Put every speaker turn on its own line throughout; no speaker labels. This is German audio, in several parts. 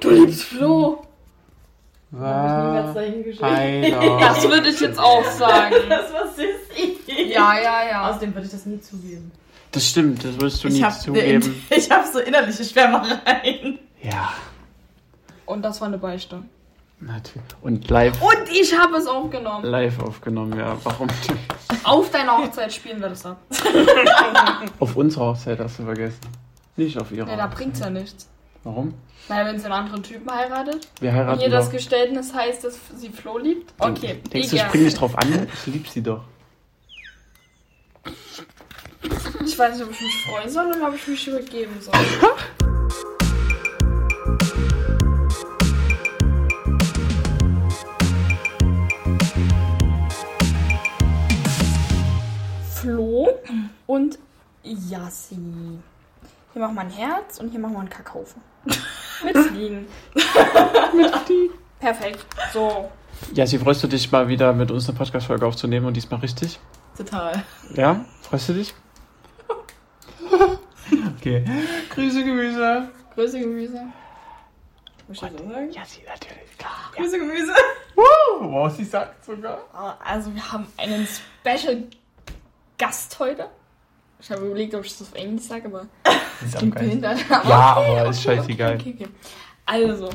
Du liebst Flo.
Was?
Das würde ich jetzt auch sagen.
Das war Sissy.
Ja, ja, ja.
Außerdem würde ich das nie zugeben.
Das stimmt, das würdest du
ich
nie
habe
zugeben.
ich hab so innerliche Schwärmereien.
Ja,
Und das war eine Beichte.
natürlich. Und live,
Und ich habe es aufgenommen.
live aufgenommen, ja. Warum?
Auf deiner Hochzeit spielen wir das ab.
Auf unserer Hochzeit hast du vergessen. Nicht auf ihrer.
Ja, da bringt's ja nichts.
Warum?
Naja, wenn sie einen anderen Typen heiratet
Wir
und
heiraten
ihr das
doch.
Geständnis heißt, dass sie Flo liebt. Okay,
Denkst du, ich spring dich drauf an? Ich lieb sie doch.
Ich weiß nicht, ob ich mich freuen soll oder ob ich mich übergeben soll. Flo und Yassi. Hier machen wir ein Herz und hier machen wir einen Kakaofen. Mit Fliegen. Perfekt. So.
Ja, sie freust du dich mal wieder mit uns eine Podcast-Folge aufzunehmen und diesmal richtig?
Total.
Ja? Freust du dich? okay. Grüße, Gemüse.
Größe Gemüse. Muss ich das so sagen?
Ja, sie natürlich. Klar.
Gemüse, Gemüse.
Wow, wow, sie sagt sogar.
Also wir haben einen Special Gast heute. Ich habe überlegt, ob ich das auf Englisch sage, aber
Sie ist
klingt behindert.
Ja, aber ist scheißegal.
Okay, okay. Also,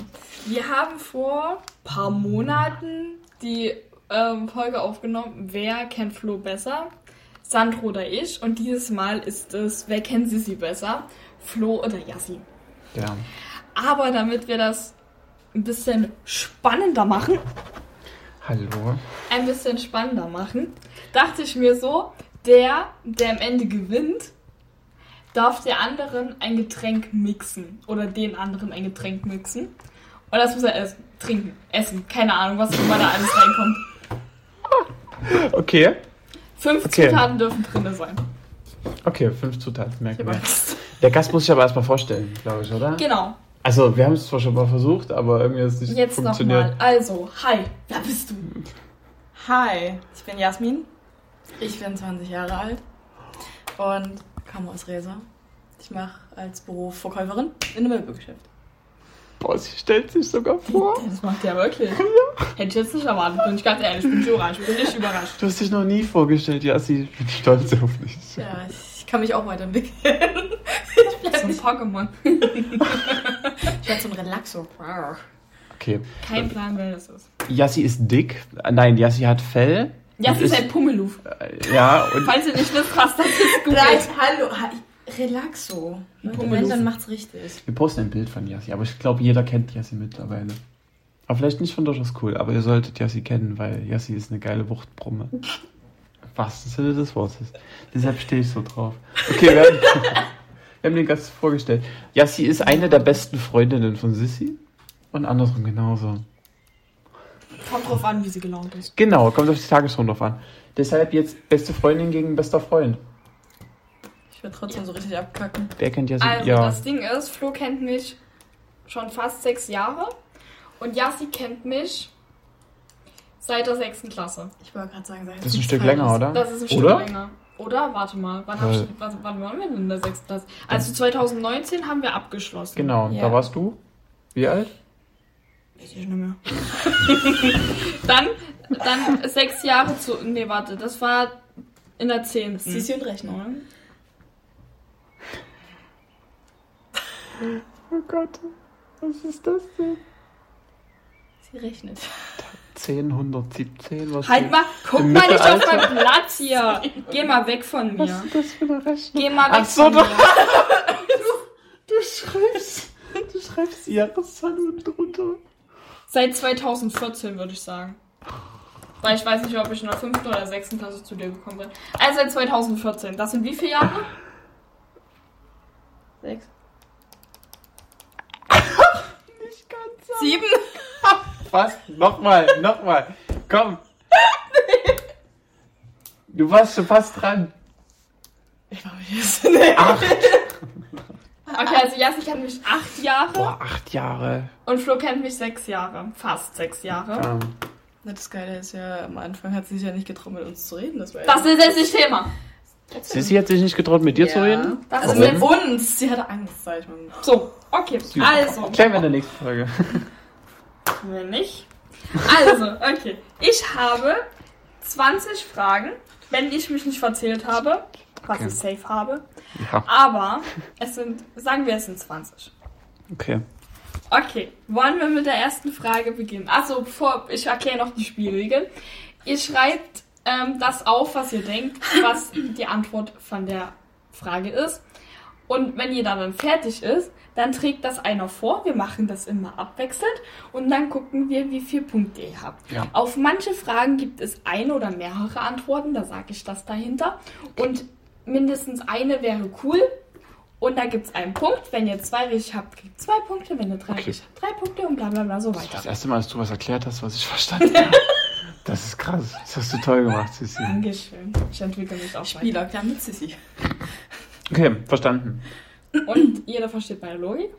wir haben vor ein paar Monaten die ähm, Folge aufgenommen, wer kennt Flo besser? Sandro oder ich. Und dieses Mal ist es, wer kennt Sissi besser? Flo oder Yassi.
Ja.
Aber damit wir das ein bisschen spannender machen,
Hallo.
ein bisschen spannender machen, dachte ich mir so, der, der am Ende gewinnt, darf der anderen ein Getränk mixen. Oder den anderen ein Getränk mixen. Und das muss er essen, trinken, essen. Keine Ahnung, was auch immer da alles reinkommt.
Okay.
Fünf
Okay.
Zutaten dürfen drin sein.
Okay, fünf Zutaten,
Ich
merken
hab
wir.
Angst.
Der Gast muss sich aber erstmal vorstellen, glaube ich, oder?
Genau,
Also, wir haben es zwar schon mal versucht, aber irgendwie hat es nicht
jetzt nochmal.
funktioniert.
Also, hi, da bist du.
Hi, ich bin Jasmin. Ich bin 20 Jahre alt und komme aus Resa. Ich mache als Beruf Verkäuferin in einem Möbelgeschäft.
Boah, sie stellt sich sogar vor.
Das macht der wirklich. Hätte ich jetzt nicht erwartet, bin ich ganz ehrlich. Bin ich überrascht, bin ich überrascht.
Du hast dich noch nie vorgestellt, ja, sie ich bin stolz auf dich.
Ja, ich kann mich auch weiterentwickeln.
Zum Pokémon.
Ich werde so ein Relaxo.
Okay.
Kein Plan, wer das ist.
Yassi ist dick. Nein, Yassi hat Fell.
Jassi
Ist-
ist ein Pummeluf.
Äh, Ja, und
Falls ihr nicht wisst, was das ist, googelt.
Nein, hallo. ha- Relaxo.
Pummelufen.
Wenn, dann macht's richtig.
wir posten ein Bild von Yassi, aber ich glaube, jeder kennt Yassi mittlerweile. Aber vielleicht nicht von durchaus cool, aber ihr solltet Yassi kennen, weil Yassi ist eine geile Wuchtbrumme. Was ist Sinne des Wortes? Deshalb stehe ich so drauf. Okay, wir haben, wir haben den Gast vorgestellt. Yassi ist eine der besten Freundinnen von Sissy und andersrum genauso.
Kommt drauf an, wie sie gelaunt ist.
Genau, kommt auf die Tagesrunde drauf an. Deshalb jetzt beste Freundin gegen bester Freund.
Ich werde trotzdem so richtig abkacken.
Wer kennt Yassi?
Also,
ja.
das Ding ist, Flo kennt mich schon fast sechs Jahre und Yassi kennt mich seit der sechsten Klasse.
Ich wollte gerade sagen,
Das ist ein Stück länger, oder?
Das ist ein Stück
oder? Äh.
länger. Oder? Warte mal, wann, hab
Weil-
ich, was, wann waren wir denn in der sechsten Klasse? Also 2019 haben wir abgeschlossen.
Genau,
Ja.
da warst du. Wie alt?
Weiß ich nicht mehr. dann, dann sechs Jahre zu. Nee, warte, das war in der zehnten.
Sisi und Rechner.
Oh Gott, was ist das denn?
Sie rechnet.
1017, was
Halt mal, guck
Im
mal nicht auf
Mittelalter.
meinen Platz hier. Geh mal weg von mir.
das für eine Rechnung?
Geh mal
Ach
weg
so,
von
du-
mir.
Du schreibst, du schreibst die Jahreszahl unten drunter.
Seit 2014 würde ich sagen. Weil ich weiß nicht, ob ich in der fünften oder sechsten Klasse zu dir gekommen bin. Also seit 2014. Das sind wie viele Jahre?
Sechs.
Nicht ganz.
Sieben?
Was? Nochmal, nochmal. Komm. Du warst schon fast dran.
Ich glaube, ich ist. Nee.
Okay, also Jassi kennt mich acht Jahre
Boah, acht Jahre.
und Flo kennt mich sechs Jahre. Fast sechs Jahre.
Ähm,
Na, Das Geile ist ja, am Anfang hat sie sich ja nicht getraut, mit uns zu reden. Das war ja
Das ist jetzt nicht Thema.
Sissi hat sich nicht getraut, mit dir zu
Ja.
reden? Warum?
Also mit uns. Sie hatte Angst, sag ich mal.
So, okay. Also,
Klären wir in der nächsten Folge.
wenn nicht. Also, okay. Ich habe 20 Fragen, wenn ich mich nicht verzählt habe, was
Okay.
ich safe habe.
Ja,
Aber es sind, sagen wir, es sind 20.
okay.
Okay, wollen wir mit der ersten Frage beginnen? Achso, bevor ich erkläre noch die Spielregeln. Ihr schreibt ähm, das auf, was ihr denkt, was die Antwort von der Frage ist. Und wenn jeder dann fertig ist, dann trägt das einer vor. Wir machen das immer abwechselnd und dann gucken wir, wie viele Punkte ihr habt.
Ja.
Auf manche Fragen gibt es eine oder mehrere Antworten, da sage ich das dahinter. Und mindestens eine wäre cool. Und da gibt es einen Punkt. Wenn ihr zwei richtig habt, kriegt ihr zwei Punkte. Wenn ihr drei
Okay.
richtig habt, drei Punkte und bla bla bla so
Das war
weiter.
das erste Mal, dass du was erklärt hast, was ich verstanden habe. Das ist krass. Das hast du toll gemacht, Sissi.
Dankeschön. Ich entwickle mich auch
Spieler, klar mit Sissi.
Okay, verstanden.
weiter. Und jeder versteht meine Logik.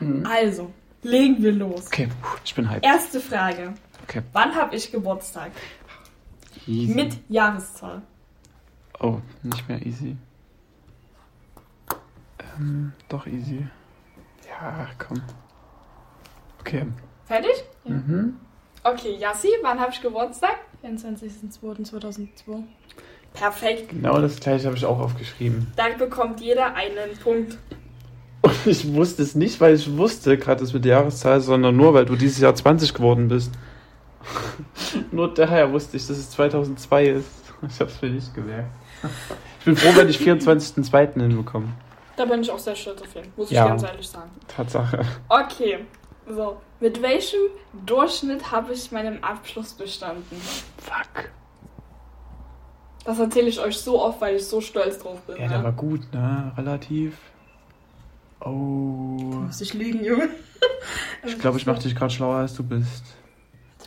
Mhm.
Also, legen wir los.
Okay, puh, ich bin hyped.
Erste Frage.
Okay.
Wann habe ich Geburtstag?
Easy.
Mit Jahreszahl.
Oh, nicht mehr easy. Ähm, doch easy. Ja, komm. Okay.
Fertig?
Mhm.
Okay, Yassi, wann habe ich Geburtstag?
24.02.2002.
Perfekt.
Genau das gleiche habe ich auch aufgeschrieben.
Dann bekommt jeder einen Punkt.
Und ich wusste es nicht, weil ich wusste gerade das mit der Jahreszahl, sondern nur, weil du dieses Jahr 20 geworden bist. nur daher wusste ich, dass es 2002 ist. Ich habe es für dich gemerkt. Ich bin froh, wenn ich 24.02. hinbekomme.
Da bin ich auch sehr stolz auf ihn, muss
Ja.
ich ganz ehrlich sagen.
Tatsache.
Okay, so. Mit welchem Durchschnitt habe ich meinen Abschluss bestanden?
Fuck.
Das erzähle ich euch so oft, weil ich so stolz drauf bin.
Ja, der war
ne?
gut, ne? Relativ. Oh.
Muss ich lügen, Junge.
Ich glaube, ich mache dich gerade schlauer, als du bist.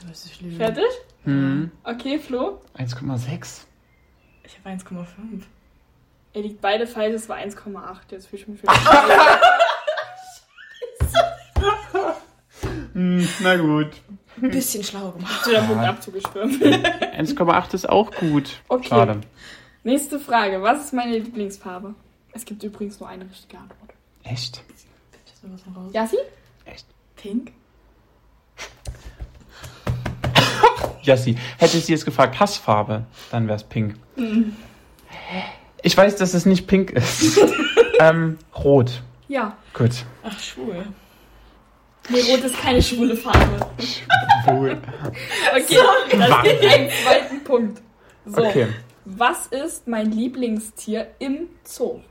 Da muss ich lügen.
Fertig?
Hm.
Okay, Flo.
1,6.
Ich habe 1,5.
Ihr liegt beide falsch, es war 1,8. Jetzt fühle ich mich wieder.
Hm, na gut.
Ein bisschen schlau gemacht.
zu der Punktabzug geschwürmt.
1,8 ist auch gut.
Okay.
Schade.
Nächste Frage. Was ist meine Lieblingsfarbe? Es gibt übrigens nur eine richtige Antwort.
Echt?
Ich hab sowas noch raus.
Yassi?
Pink?
Jassi, hätte ich sie jetzt gefragt, Hassfarbe, dann wär's pink. Ich weiß, dass es nicht pink ist. ähm, rot.
Ja.
Gut.
Ach, schwul.
Nee, rot ist keine schwule Farbe.
Wohl.
Okay, das gibt einen zweiten Punkt. So.
Okay.
Was ist mein Lieblingstier im Zoo?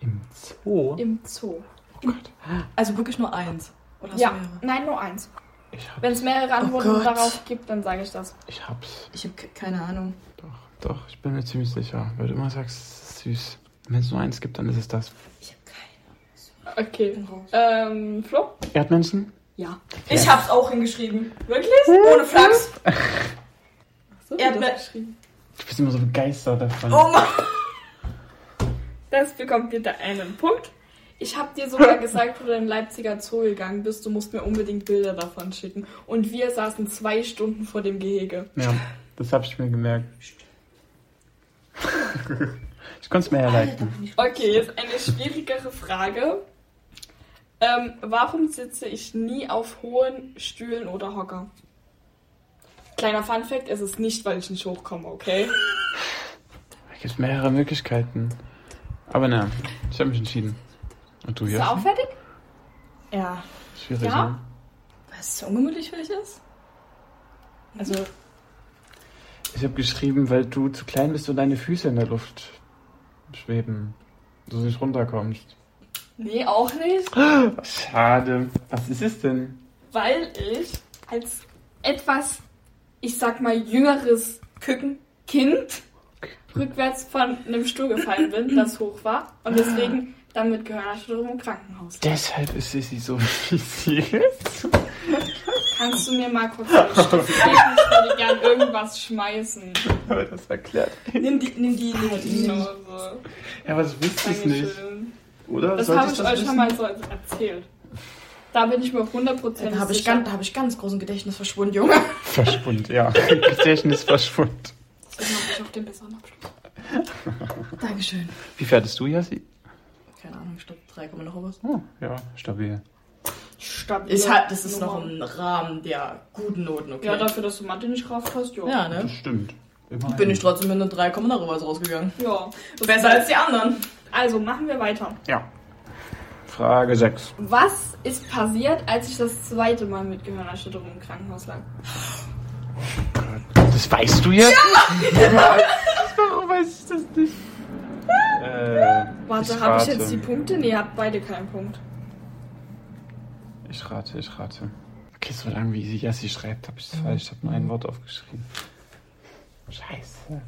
Im Zoo?
Im Zoo.
Oh Gott.
Also wirklich nur eins. Oder hast
ja,
du mehrere?
nein, nur eins.
Ich, hab,
Wenn es mehrere Antworten
Gott.
darauf gibt, dann sage ich das.
ich hab's.
Ich habe keine Ahnung.
Doch, doch, ich bin mir ziemlich sicher. Weil du immer sagst, es ist süß. Wenn es nur eins gibt, dann ist es das.
Ich habe keine. Ich
Okay.
bin raus.
Ähm, Flo?
Erdmännchen?
Ja.
Ich hab's auch hingeschrieben.
Wirklich?
Ohne Flachs.
So,
Er bleibt-
geschrieben.
Du bist immer so begeistert davon.
Hm.
Oh Mann.
Das bekommt jeder einen Punkt. Ich habe dir sogar gesagt, wo du in Leipziger Zoo gegangen bist, du musst mir unbedingt Bilder davon schicken. Und wir saßen zwei Stunden vor dem Gehege.
Ja, das hab ich mir gemerkt. ich konnte es
Ah,
mir herleiten.
Okay, jetzt eine schwierigere Frage. Ähm, warum sitze ich nie auf hohen Stühlen oder Hocker? Kleiner Funfact, es ist nicht, weil ich nicht hochkomme, okay?
Da gibt mehrere Möglichkeiten. Aber na, ich habe mich entschieden. Und du
Ist er auch
hier?
fertig?
Ja.
Schwierig.
Ja?
ne?
Weißt du, so ungemütlich für dich ist? Also,
Ich habe geschrieben, weil du zu klein bist und deine Füße in der Luft schweben. Du nicht runterkommst.
Nee, auch nicht.
Schade. Was ist es denn?
Weil ich als etwas, ich sag mal, jüngeres Küken Kind rückwärts von einem Stuhl gefallen bin, das hoch war. Und deswegen dann mit Gehirnerschütterung im Krankenhaus. lag.
Deshalb ist Sissy so, wie sie ist.
Kannst du mir mal kurz einen Stift geben? Ich würde gern irgendwas schmeißen.
Aber das erklärt.
nimm die, nimm die, nimm die.
Genau so.
Ja, aber das wusste ich nicht.
Dankeschön.
Oder?
Das
Sollte
habe ich euch
wissen?
schon mal so erzählt. Da bin ich mir 100%
Da habe ich,
sicher.
ganz- da hab ich ganz großen Gedächtnis verschwunden, Junge.
Verschwund, ja. Gedächtnis verschwund.
Deswegen hab ich auf den besseren Abschluss.
Dankeschön.
Wie fährtest du, Jassi?
Keine Ahnung, ich glaube 3, noch was.
Oh, ja, stabil.
Stabil.
Ist halt, das ist noch im Rahmen der guten Noten, okay?
Ja, dafür, dass du Mathe nicht rauf hast, ja.
ja
Das
ne?
stimmt. Immerhin.
Bin ich trotzdem mit einer 3, noch was rausgegangen.
Ja.
Besser als die anderen.
Also, machen wir weiter.
Ja. Frage 6.
Was ist passiert, als ich das zweite Mal mit Gehirnerschütterung im Krankenhaus lag?
Das weißt du jetzt? Ja! Warum weiß ich das nicht? Äh,
Warte,
ich
habe ich
rate.
jetzt die Punkte? Nee, ihr habt beide keinen Punkt.
Ich rate, ich rate. Okay, so lange wie sie Jassi schreibt, habe ich es falsch. Ich habe nur ein Wort aufgeschrieben. Scheiße.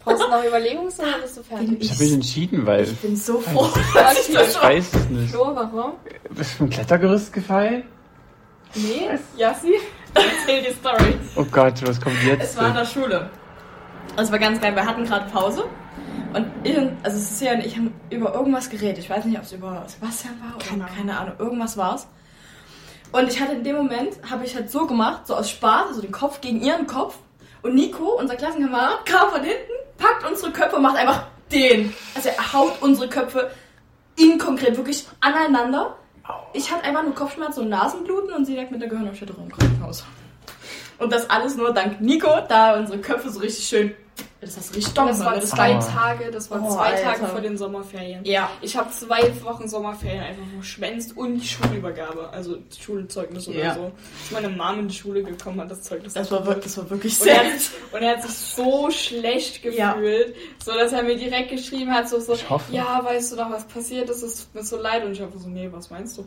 Brauchst du noch Überlegungs oder bist du fertig?
Ich habe mich entschieden, weil
Ich bin so froh.
ich weiß es nicht.
Flo, warum?
Bist du vom Klettergerüst gefallen?
Nee, Yassi? Erzähl die Story.
Oh Gott, was kommt jetzt?
Es war in der Schule. Es war ganz geil. Wir hatten gerade Pause. Und irgend, also Cecilia und ich haben über irgendwas geredet. Ich weiß nicht, ob es über Sebastian war oder keine
Keine Ahnung.
Ahnung. Irgendwas war es. Und ich hatte in dem Moment, habe ich halt so gemacht, so aus Spaß, also den Kopf gegen ihren Kopf. Und Nico, unser Klassenkamerad, kam von hinten, packt unsere Köpfe und macht einfach den. Also er haut unsere Köpfe inkonkret wirklich aneinander. Ich hatte einfach nur Kopfschmerzen und Nasenbluten und sie lag mit der Gehirnerschütterung im Krankenhaus. Und das alles nur dank Nico, da unsere Köpfe so richtig schön. Das hast du richtig dumm,
Das waren
das
zwei
war-
Tage, das waren
Oh,
zwei
Alter.
Tage vor den Sommerferien.
Ja.
Ich habe zwei Wochen Sommerferien einfach verschwänzt und die Schulübergabe, also die Schulzeugnis oder
Ja.
so. Ist meine Mom in die Schule gekommen hat das Zeugnis.
Das war wirklich, das war wirklich
und er,
sehr.
hat, und er hat sich so schlecht gefühlt,
Ja.
so dass er mir direkt geschrieben hat, so, so
Ich hoffe.
ja, weißt du doch, was passiert ist, es tut mir so leid. Und ich habe so, nee, was meinst du?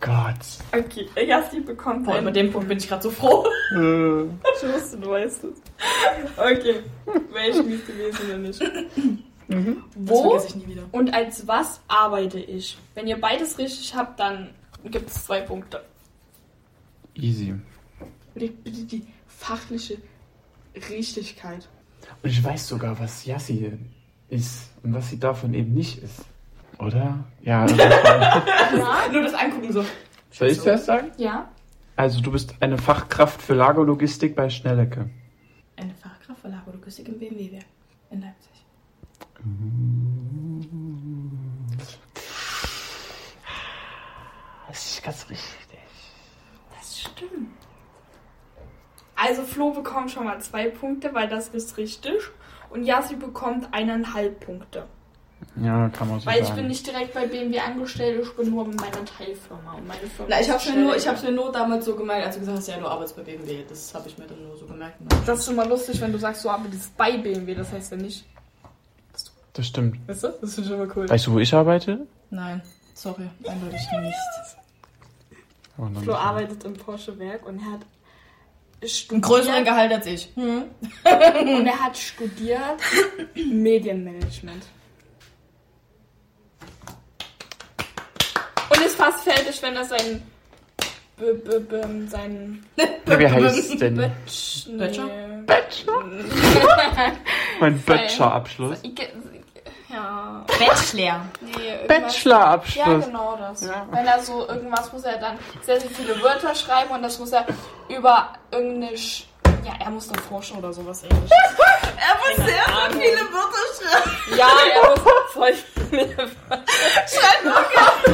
Gott.
Okay, Yassi bekommt
Boah, über
einen
den Punkt bin ich gerade so froh.
Äh,
Ich wusste, du weißt es. Okay, welche mies gewesen oder nicht.
Das
Wo
vergesse ich nie wieder.
und als was arbeite ich? Wenn ihr beides richtig habt, dann gibt es zwei Punkte.
easy. Und
Legt bitte die fachliche Richtigkeit.
ich weiß sogar, was Jassi ist und was sie davon eben nicht ist. Oder? Ja, das war,
Ja?
Nur das Angucken so.
soll ich zuerst sagen?
Ja?
Also du bist eine Fachkraft für Lagerlogistik bei Schnellecke.
Eine Fachkraft für Lagerlogistik im BMW-Werk in Leipzig.
Das ist ganz richtig.
Das stimmt. Also Flo bekommt schon mal zwei Punkte, weil das ist richtig. Und Yassi bekommt eineinhalb Punkte.
Ja, kann man so
Weil ich
sagen.
bin nicht direkt bei BMW angestellt, ich bin nur bei meiner Teilfirma. Und meine Firma
Na, ich
ist
hab's mir nur,
schnell-
ich hab's mir nur damals so gemerkt, als du gesagt hast, ja, du arbeitest bei BMW. Das habe ich mir dann nur so gemerkt. ne? Und dann-
Das ist schon mal lustig, wenn du sagst, du arbeitest bei BMW, das heißt ja nicht.
das stimmt.
Weißt du? Das ist schon mal cool.
Weißt du, wo ich arbeite?
Nein, sorry, eindeutig nicht.
Oh, nein.
Flo arbeitet im Porsche-Werk und er hat
Einen größeren
studiert,
Gehalt als ich. Hm.
und er hat studiert Medienmanagement. Und ist fast fertig, wenn er seinen. B -b -b seinen.
Ja, wie heißt es denn?
Bötsch.
Bachelor?
Bachelor? Mein Bachelor-Abschluss.
Ja.
Bachelor.
Nee, irgendwas- genau. Ja,
Bachelor-Abschluss.
genau das.
Ja.
Wenn er so irgendwas muss er dann sehr, sehr viele Wörter schreiben und das muss er über irgendeine. Sch ja, er muss dann forschen oder sowas ähnliches.
Er muss sehr, sehr viele Wörter schreiben.
ja, er muss voll viele Wörter.
Schreibt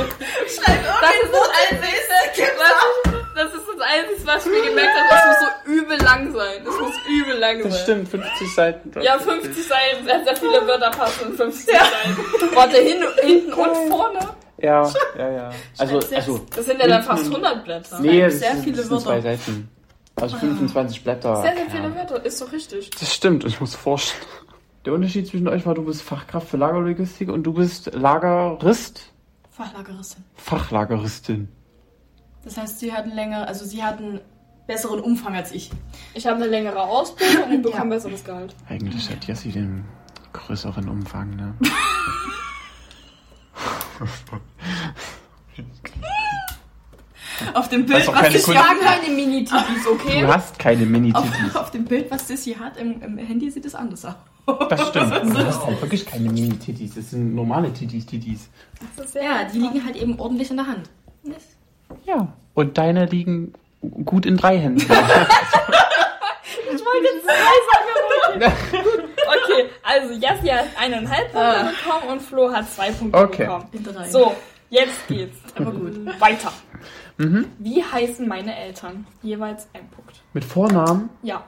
Das ist das Einzige, was, das ist das Einzige, was ich mir gemerkt habe. Das muss so übel lang sein. Das muss übel lang sein.
Das stimmt, 50 Seiten.
Ja, 50 Seiten, sehr, sehr viele Wörter passen in 50 Seiten. Warte, hin, hinten und vorne.
Ja, ja, ja. Also,
Schreib selbst.
also
Das sind ja dann fast
Hinten.
100 Blätter.
nee,
Schreib
das
sehr
sind,
viele
das sind zwei
Wörter.
Seiten. Also 25 Blätter.
Sehr, sehr
Keine Ahnung.
viele Wörter, ist doch richtig.
Das stimmt, ich muss forschen. Der Unterschied zwischen euch war, du bist Fachkraft für Lagerlogistik und du bist Lagerist,
Fachlageristin.
Fachlageristin.
Das heißt, sie hatten länger, also sie hatten besseren Umfang als ich.
Ich habe eine längere Ausbildung und bekomme besseres Gehalt.
Eigentlich hat Jessie den größeren Umfang, ne?
Auf dem
Weiß
Bild,
doch
was
keine
Sissy
Kunde.
hat,
keine Mini-Tipis,
Du
okay?
hast keine Mini-Titis.
auf, auf dem Bild, was Sissy hat im, im Handy, sieht es anders aus.
Das stimmt. Du hast halt wirklich keine Mini-Titis. Das sind normale Titis, Titis.
Das ist
Ja, die liegen halt eben ordentlich in der Hand.
Ja. Und deine liegen gut in drei Händen.
Ich wollte jetzt zwei sagen. aber Okay, Also Jassi hat eineinhalb Punkte
Ah.
bekommen und Flo hat zwei Punkte
Okay.
bekommen.
In drei.
So, jetzt geht's
Aber gut.
weiter.
Mhm.
Wie heißen meine Eltern? Jeweils ein Punkt.
Mit Vornamen?
Ja.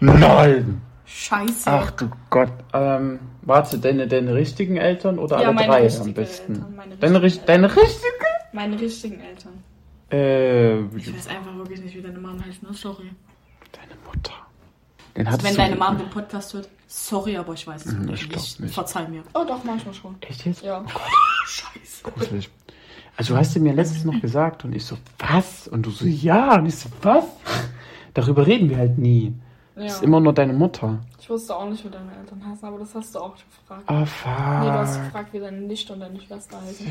Nein!
Scheiße.
Ach du Gott. Ähm, warte, deine, deine richtigen Eltern oder
Ja,
alle
meine
drei
richtigen
am besten?
Eltern, meine
deine,
richtigen
richt- deine richtigen?
Meine richtigen Eltern.
Äh,
Ich weiß einfach wirklich nicht, wie deine Mom heißt, ne? Sorry.
deine Mutter. Den
Also
hattest
Wenn
du-
deine Mom den Podcast hört, sorry, aber ich weiß es wirklich
Mhm, ich glaub nicht.
Verzeih mir.
Oh, doch, manchmal schon.
Echt jetzt?
Ja.
Scheiße.
Gruselig. Also hast du mir letztens noch gesagt und ich so, was? Und du so, ja. Und ich so, was? Darüber reden wir halt nie.
ja.
Das ist immer nur deine Mutter.
Ich wusste auch nicht, wie deine Eltern heißen, aber das hast du auch gefragt.
Ah, fuck.
Nee, du hast gefragt, wie deine Nichte und deine Schwester heißen.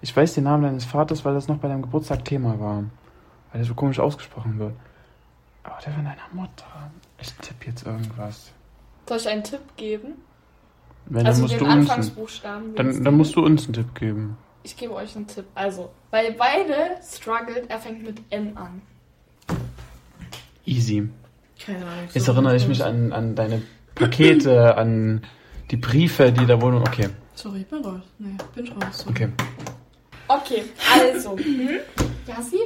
Ich weiß den Namen deines Vaters, weil das noch bei deinem Geburtstag Thema war. Weil der so komisch ausgesprochen wird. Aber der von deiner Mutter. Ich tippe jetzt irgendwas.
Soll ich einen Tipp geben?
Wenn,
also
dann musst
den
du uns einen,
Anfangsbuchstaben.
dann, dann musst du uns einen Tipp geben.
Ich gebe euch einen Tipp. Also, weil beide struggelt, er fängt mit N an.
Easy.
Keine Ahnung.
Jetzt erinnere ich mich an, an deine Pakete, an die Briefe, die da wurden. Okay,
Sorry, ich bin raus. Nee, ich bin raus.
okay.
Okay, also. Jassi?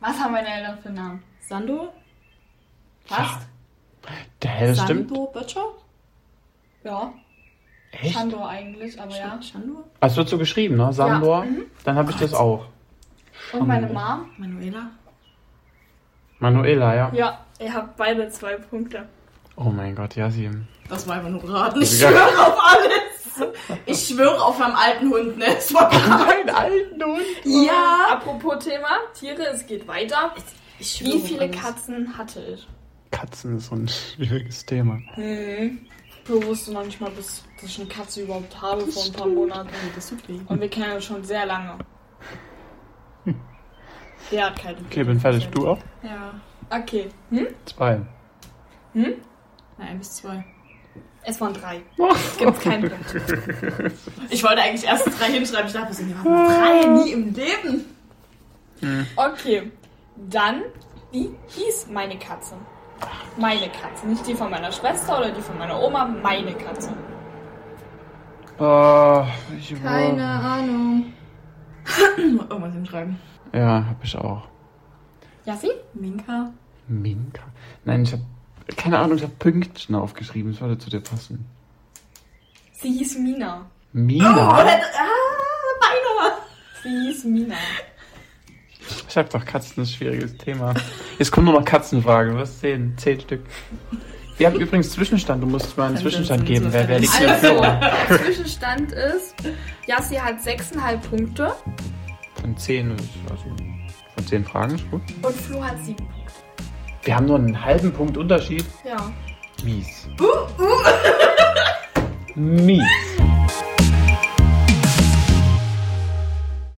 Was haben meine Eltern für Namen?
Sando?
Passt?
Der Hell stimmt.
Sando Böttcher?
Ja.
Echt?
Chandor eigentlich, aber ja.
Sando?
Hast du so geschrieben, ne? Sandor?
Mhm.
Dann habe ich das auch.
Und meine
Chandor.
Mom?
Manuela?
Manuela, ja.
Ja, ihr habt beide zwei Punkte.
Oh mein Gott, ja, sie.
Das war einfach nur geraten. Ich
Ja.
schwöre auf alles. Ich schwöre auf meinen alten Hund, ne? Es war
Mein alten Hund.
Ja.
Apropos Thema Tiere, es geht weiter.
Ich
Wie viele Katzen hatte ich?
Katzen ist so ein schwieriges Thema.
Hm. Du wusste noch nicht mal, bis dass ich eine Katze überhaupt habe vor ein paar Monaten.
Das tut weh.
Und wir kennen uns schon sehr lange. Der hat keine
Hm. Okay, bin fertig. Du auch?
Ja.
Okay. Hm?
Zwei.
Na, ein bis zwei.
Es waren drei. Gibt's keinen Punkt.
Ich wollte eigentlich erst drei hinschreiben. Ich dachte, wir sind ja drei. Nie im Leben.
Okay. Dann, wie hieß meine Katze? Meine Katze. Nicht die von meiner Schwester oder die von meiner Oma, meine Katze.
Äh, ich über-
Ahnung. Irgendwas hinschreiben.
Ja, hab ich auch.
Jassi?
Minka?
Minka. Nein, ich hab. Keine Ahnung, ich hab Pünktchen aufgeschrieben. Das würde zu dir passen.
Sie hieß Mina.
Oh,
Mina?
das, ah, beinahe.
Sie hieß Mina.
Ich hab doch Katzen, ist ein schwieriges Thema. Jetzt kommt nur noch Katzenfrage. Was? Zehn. Zehn Stück. Wir haben übrigens Zwischenstand. Du musst mal einen
Dann
Zwischenstand
sind sie
geben. Wer, wer liegt denn
Also,
vor?
der Zwischenstand ist, Jassi hat 6,5 Punkte
Von zehn. ist- Also, von zehn Fragen ist gut.
und Flo hat 7.
Wir haben nur einen halben Punkt Unterschied.
Ja.
Mies. Mies.